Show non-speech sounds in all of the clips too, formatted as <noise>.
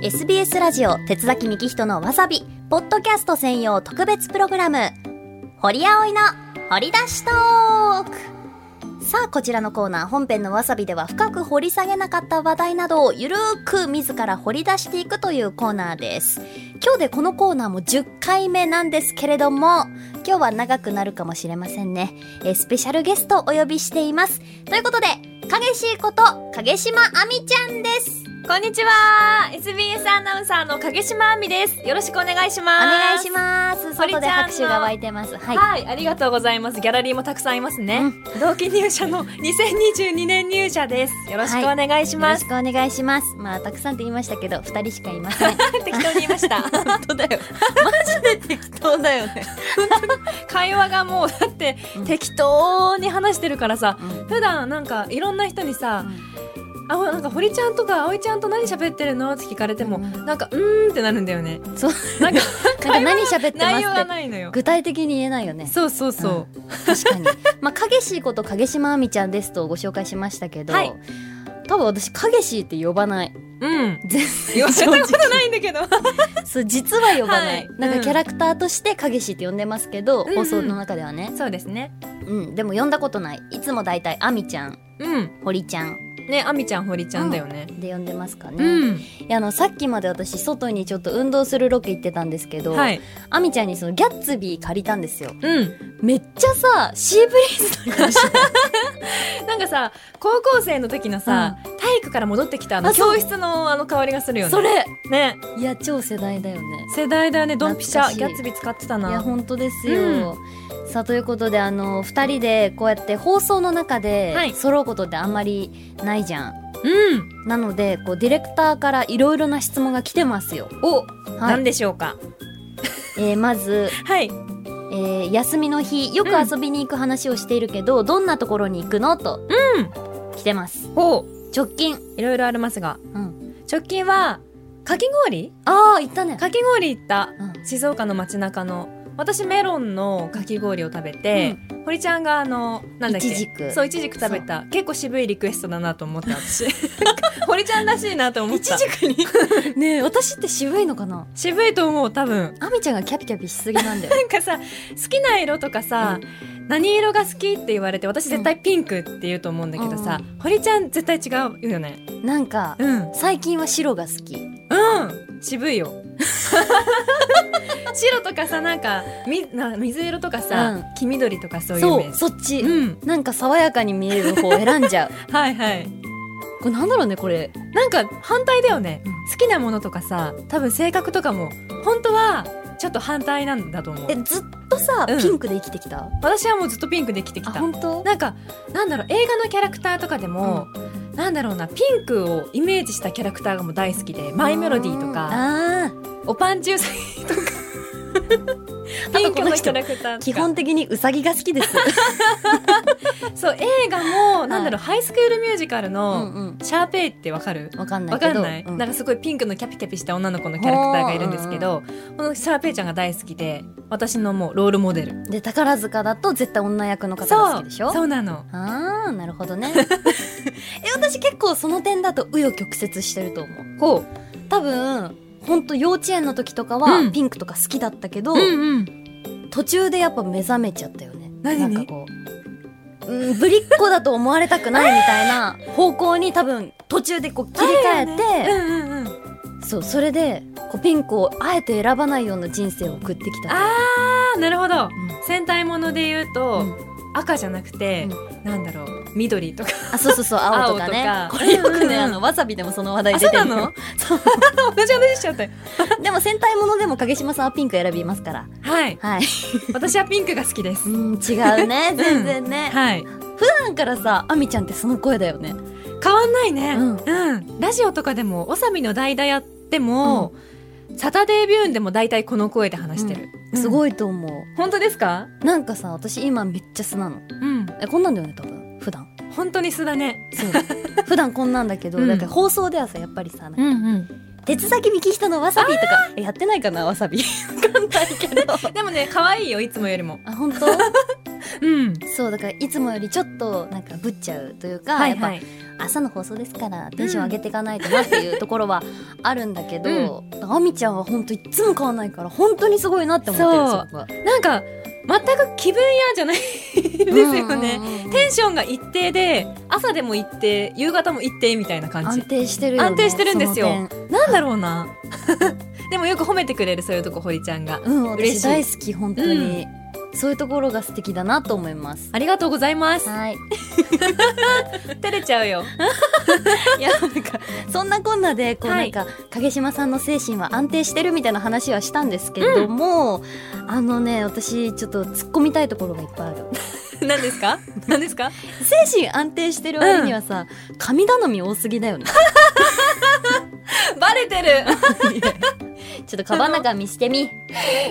SBS ラジオ鉄崎幹人のわさびポッドキャスト専用特別プログラム堀葵の掘り出しトークさあこちらのコーナー本編のわさびでは深く掘り下げなかった話題などをゆるーく自ら掘り出していくというコーナーです今日でこのコーナーも10回目なんですけれども今日は長くなるかもしれませんねえースペシャルゲストをお呼びしていますということで影しいこと影島亜美ちゃんですこんにちは SBS アナウンサーの影島亜美ですよろしくお願いしおます願いします堀ち外ゃんので拍手が湧いてますはいはい、ありがとうございますギャラリーもたくさんいますね、同期入社の2022年入社ですよろしくお願いしよろましす、くお願いしますまあたくさんって言いましたけど二人しかいま <laughs> せん適当に言いました本当だよマジで適当だよね会話がもうだって、うん適当に話してるからさうん普段なんかいろんな人にさ、あなんか堀ちゃんとか葵ちゃんと何喋ってるのって聞かれても、うんなんかうーんってなるんだよねそうなんかなんか何喋ってま内す容っがてないのよ具体的に言えないよねそうそうそう、確かにまあ影しいこと影島亜美ちゃんですとご紹介しましたけど、はい多分私影しいって呼ばないうん。全言然われ正たこ直とないんだけど。そう実は呼ばない、はいなんうかんキャラクターとして影しいって呼んでますけど、んうん放送の中ではねそうですね。うんでも呼んだことないいつもだいたい亜美ちゃんうん。堀ちゃんね、あみちゃん、ほりちゃんだよね。で呼んでますかね、うん。いやあのさっきまで私外にちょっと運動するロケ行ってたんですけど、はい。アミちゃんにそのギャッツビー借りたんですようん。めっちゃさシーブリーズの感じなんかさ、高校生の時のさ、体育から戻ってきたあのあそう教室のあの香りがするよ <laughs> ね。そ。れね。いや超世代だよね世代だよね。ドンピシャ。ギ懐かャしいッツビー使ってたいやな。本当ですよ、さあということであの2人でこうやって放送の中はでい揃うことってあんまりないじゃん、うん。なのでこうディレクターからいろいろな質問が来てますよお、はないん、でしょうか。えーまず、はい。えー休みの日よく遊びに行く話をしているけど、どんなところに行くのと、来てますほう。直近いろいろありますが。うん直近は、かき氷ああ行ったねかき氷行った。うん静岡の街中の私メロンのかき氷を食べて、堀ちゃんがあのなんだっけいちじくそういちじく食べた結構渋いリクエストだなと思った <laughs> 私堀ちゃんらしいなと思ったくに <laughs> ねえ私って渋いのかな渋いと思う多分あみちゃんがキャピキャピしすぎなんだよ <laughs> なんかさ好きな色とかさ、何色が好きって言われて私絶対ピンクって言うと思うんだけどさ、堀ちゃん絶対違うよねなんかうんうん最近は白が好き渋 <laughs> いよ白とかさなんかみな水色とかさ、うん黄緑とかそういうイそメーうジそっち、うんなんか爽やかに見える方を選んじゃう <laughs> はいはいこれなんだろうねこれなんか反対だよね、うん好きなものとかさ多分性格とかも本当はちょっと反対なんだと思うえずっとさ、うんピンクで生きてきた私はもうずっとピンクで生きてきあた本当なんかなんだろう映画のキャラクターとかでも、なんだろうなピンクをイメージしたキャラクターがもう大好きでマイメロディーとかあおぱんちゅうさん <laughs> ーあピンとこクののキ人ャラクターとか基本的にウサギが好きですそう映画もなんだろう、ハイスクールミュージカルうの、んうんシャーペイってわかるわかんないわけかどんない、うんなんかすごいピンクのキャピキャピした女の子のキャラクターがいるんですけど、このシャーペイちゃんが大好きで私のもうロールモデルで宝塚だと絶対女役の方が好きでしょそうなのああなるほどね <laughs> え私結構その点だと紆余曲折してると思うこ多分ほんと幼稚園の時とかは、うんピンクとか好きだったけど、ううんうん途中でやっぱ目覚めちゃったよね何なんかこう、うん、ぶりっ子だと思われたくないみたいな <laughs> 方向に多分途中でこう切り替えて、うんうんうんそうそれでこうピンクをあえて選ばないような人生を送ってきたああなるほどうん戦隊もので言うと、う赤じゃなくて、なんだろう緑とかあそうそうそう青とかね青とかこれよくね、うんうんあのわさびでもその話題出てるあそう <laughs> なのそう同じ話しちゃったよでも戦隊ものでも影島さんはピンク選びますから。はいはい。私はピンクが好きです、うん、違うね。 <laughs> 全然ね。はい普段からさ、アミちゃんってその声だよね。変わんないねうんうん、ラジオとかでもおさみの代打やっても、サタデービューンでも大体この声で話してる、すいごいと思本当ですかう。なんかさ、私今めっちゃ素なの。うんえ、こんなんだよね、多分。普段。本当に素だねそう。 <laughs> 普段こんなんだけど、うんなんか放送ではさ、やっぱりさ、なんかんうん鉄先幹人のわさびとか、えやってないかな、わさび。わかんないけど。でもね可愛いよいつもよりも <laughs> あ、本当うんそう、だからいつもよりちょっと、なんかぶっちゃうというか、はいやっぱはい朝の放送ですからテンション上げていかないとなっていうところはあるんだけど、あみちゃんは本当いっつも変わんないから本当にすごいなって思ってるんですよなんか全く気分屋じゃないです僕はよね、うんうんうんうんテンションが一定で朝でも一定夕方も一定みたいな感安じ定してるよね安定してるんですよその点なんだろうな <laughs> でもよく褒めてくれるそういうとこ堀ちゃんがうん嬉し私い大好き本当に、そういうところが素敵だなと思いますありがとうございますはい照れちゃうよ <laughs> いやなんか <laughs> そんなこんなでこうはないんか、影島さんの精神は安定してるみたいな話はしたんですけども、あのね私ちょっと突っ込みたいところがいっぱいある何ですか何ですか精神安定してる割にはさ、神頼み多すぎだよねバレ <laughs> てるちょっとカバンの中見してみ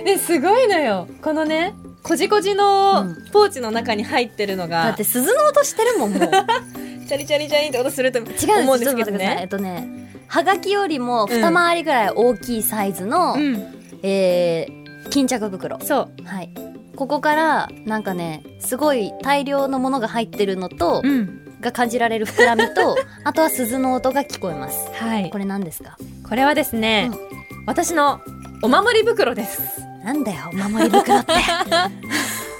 ね、すごいのよ。このね、こじこじのうんポーチの中に入ってるのだが、っチて鈴の音してるもん <laughs> もう違ャリチャリチャリって音すると思うんうんでですすけけどどねえっね。とねはがきよりも二回りぐらい大きいサイズの、うん、えー巾着袋そう。はいここからなんかねすごい大量のものが入ってるのと、うん。が感じられる膨らみ <laughs> とあとは鈴の音が聞こえますはいこ。れ何ですかこれはですね、私のお守り袋です。なんだよお守り袋 <laughs> って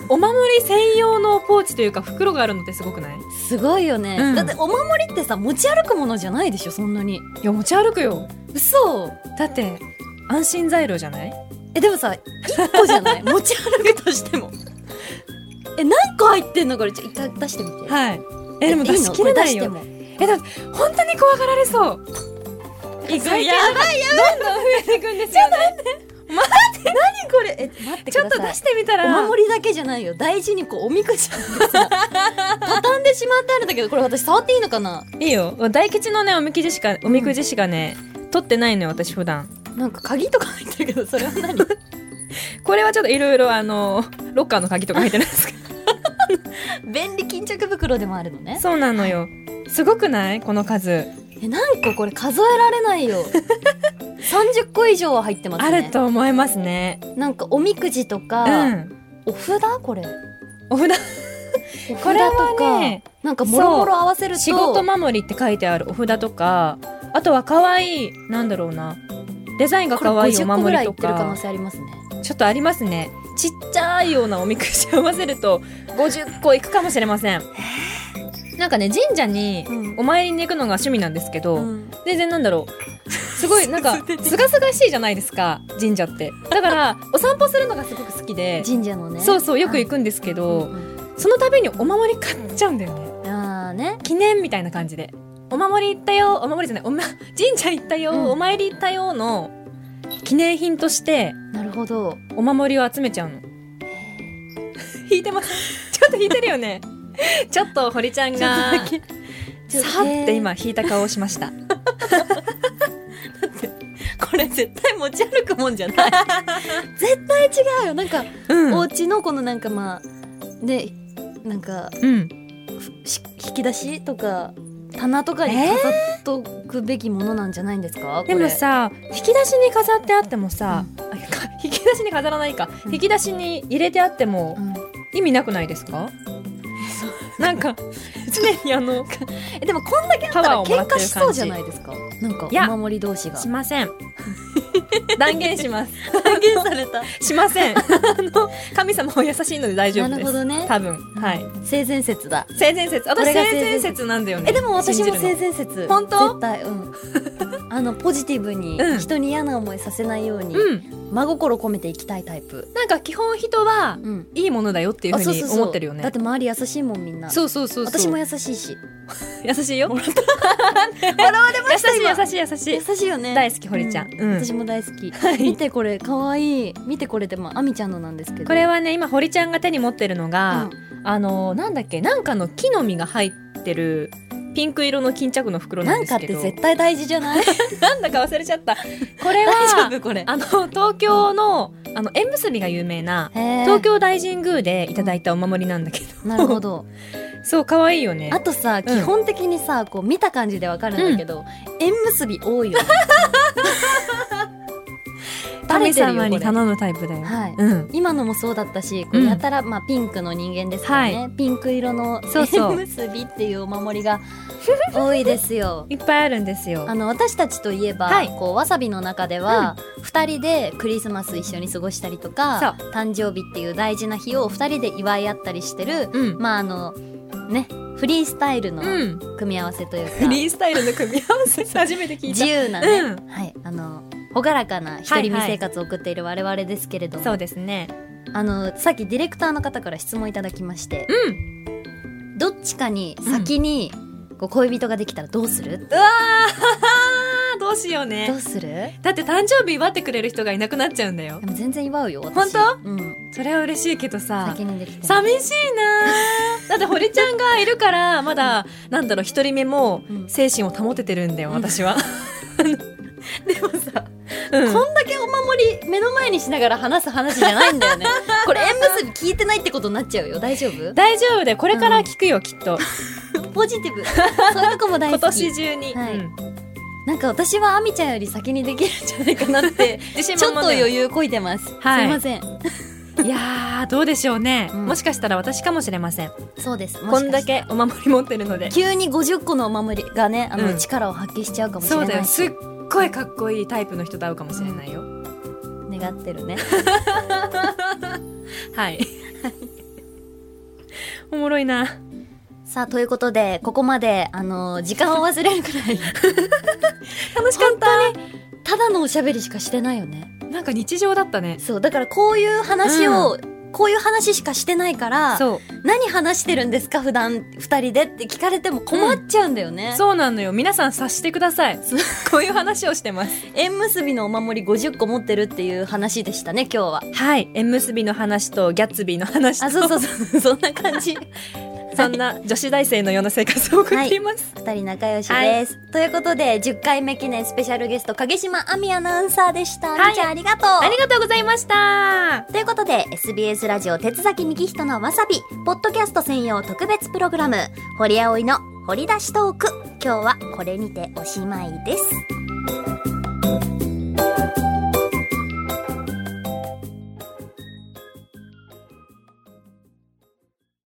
お守り専用のポーチというか袋があるのってすごくないいすごいよね、うんだってお守りってさ持ち歩くものじゃないでしょそんなにや、持ち歩くよ。嘘だって、安心材料じゃないえでもさ1個じゃない <laughs> 持ち歩くとしてもえ何個入ってんのこれちょ一回出してみてはい。え、でも出し切れないよ。これ出してもえだって本当に怖がられそうえ最近やばいやばいどんどん増えていくんですよね何これえ待ってくちょだっさいと出してみたらお守りだけじゃないよ大事にこうおみくじをさ <laughs> 畳んでしまってあるんだけどこれ私触っていいのかないいよ大吉のねおみくじしかおみくじしかね、取ってないのよ私普段なんか鍵とか入ってるけどそれは何これはちょっといろいろあのロッカーの鍵とか入ってるんですけど <laughs> 便利巾着袋でもあるのね <laughs> そうなのよすごくないこの数え何個これ数えられないよ30個以上は入ってますあねると思いますねなんかおみくじとうか、んお札これお札お札これとか、はねなんかもろもろ合わせると仕事守りって書いてあるお札とかあとは可愛いなんだろうなデザインがこれ可愛いお50個ぐ守らりいいとってる可能か性ありますねちょっとありますねちっちゃいようなおみくじ合わせると50個いくかもしれませんなんかね神社にうんお参りに行くのが趣味なんですけど、うん全然なんだろう <laughs> すごいなんかすがすがしいじゃないですか神社ってだからお散歩するのがすごく好きで、神社のねそうそうよく行くくんですけど、その度にお守り買っちゃうんだよねああね記念みたいな感じでお守り行ったよお守りじゃないお、ま、神社行ったよ、うんお参り行ったよの記念品としてなるほどお守りを集めちゃうの。引いてます。ちょっと引いてる <laughs> よね。ちょっと堀ちゃんがちょっとだちょっとさーって今引いた顔をしました。これ絶対持ち歩くもんじゃない <laughs> 絶対違うよなんか、うん。おう家のこのなんかまあねなんかん。し引き出しとか棚とかに飾っとくべきものなんじゃないんですか、でこれもさ、引き出しに飾ってあってもさ、あ引き出しに飾らないか、うん引き出しに入れてあってもうん意味なくないですか？なんか常にあのえでもこんだけあったパワーらをも喧らって嘩る感じしそうじゃないですかなんかいやお守り同士がしま <laughs> せん。断言します。断言されたしません。あの神様お優しいので大丈夫なでるほす。どね多分はい。性善説だ性善説こ私れ性が性善説善説なんだよねえでも私も信じ性る善説本当絶対うん <laughs> あのポジティブにうん人に嫌な思いさせないように、のうん真心込めていきたいタイプなんか基本人はうんいいものだよっていうあふうに思ってるよねだって周り優しいもんみんなそうそうそうそう私も優しいし優しいよ優しい笑われました今優しい優しい優しいよね大好き堀ちゃんううん私も大好き、はい見てこれ可愛い見てこれでもあみちゃんのなんですけどこれは、はね今堀ちゃんが手に持ってるのうんがあのなんだっけなんかの木の実が入ってるピンク色の巾着の袋ななんんでかすっけてど絶対大事じゃないなんだか忘れちゃ <laughs> ったこれは夫これあの東京のあの縁結びが有名な東東京大神宮でいただいたお守りなんだけどなるほどそう可愛いよねあとさ基本的にさこう見た感 <laughs> じでわかるんだけど、縁結び多いよね神様にむ頼むタイプだよ。はいうん。今のもそうだったしこううんやたら、まあ、ピンクの人間ですからね、ピンク色のそうそう縁結びっていうお守りが多いですよ。いっぱいあるんですよあ。の私たちといえば、はいこうわさびの中では、二人でクリスマス一緒に過ごしたりとか誕生日っていう大事な日を二人で祝い合ったりしてる、うん。まああのねフリースタイルのうん。組み合わせと <laughs> いうか、フリースタイルの組み合わせ初めて聞い自た。由なね、うんはい、あの朗らかな一人身生活を送っている我々ですけれども、そうですね。あのさっきディレクターの方から質問いただきまして、うん。どっちかに先にこう恋人ができたらどうする、うわーどうしようどね。うするでだって誕生日祝ってくれる人がいなくなっちゃうんだよ。も全然祝うよ私本当うんそれは嬉しいけどさ。先にできたら寂しい <laughs> なーだって堀ちゃんがいるから、まだ、なんだろう、一人目もうん精神を保ててるんだよ、うん私は。 <laughs> でもさ、うんこんだけお守り目の前にしながら話す話じゃないんだよ <laughs> ねこれ縁結び聞いてないってことになっちゃうよ大丈夫大丈夫で、これから聞くよ、きっと。ポジテ <laughs> ィブそういうとこも大今好年き中に。はいうんなんか私はあみちゃんより先にできるんじゃないかなって <laughs> 自信ちょっ満と々だよ余裕こいてます、はいすいませんいやー、どうでしょうね。うんもしかしたら私かもしれません。そうですもこしんかだしてけお守り持ってるので。急に50個のお守りがねあの、うん力を発揮しちゃうかもしれそなうだいよ。しすっごいかっこいいタイプの人と会うかもしれないよ。願ってるね <laughs> はい。 <laughs> おもろいな。さあということでここまであの時間を忘れるくら <laughs> い楽しかった。ただのおしゃべりしかしてないよねなんか日常だったね。そうだからこういう話を、こういう話しかしてないからそう。何話してるんですか普段二人でって聞かれても困っちゃうんだよね、そうなのよ。皆さん察してください。こういう話をしてます。縁結びのお守り50個持ってるっていう話でしたね今日ははい。縁結びの話とギャッツビーの話と。あそうそうそう <laughs> そんな感じそんな女子大生のような生活を送っています。二人仲良しです、ということで10回目記念スペシャルゲスト影島亜美アナウンサーでした、はいみーちゃんありがとうありがとうございました。ということで SBS ラジオ鉄崎幹人のわさびポッドキャスト専用特別プログラム堀葵の掘り出しトーク今日はこれにておしまいです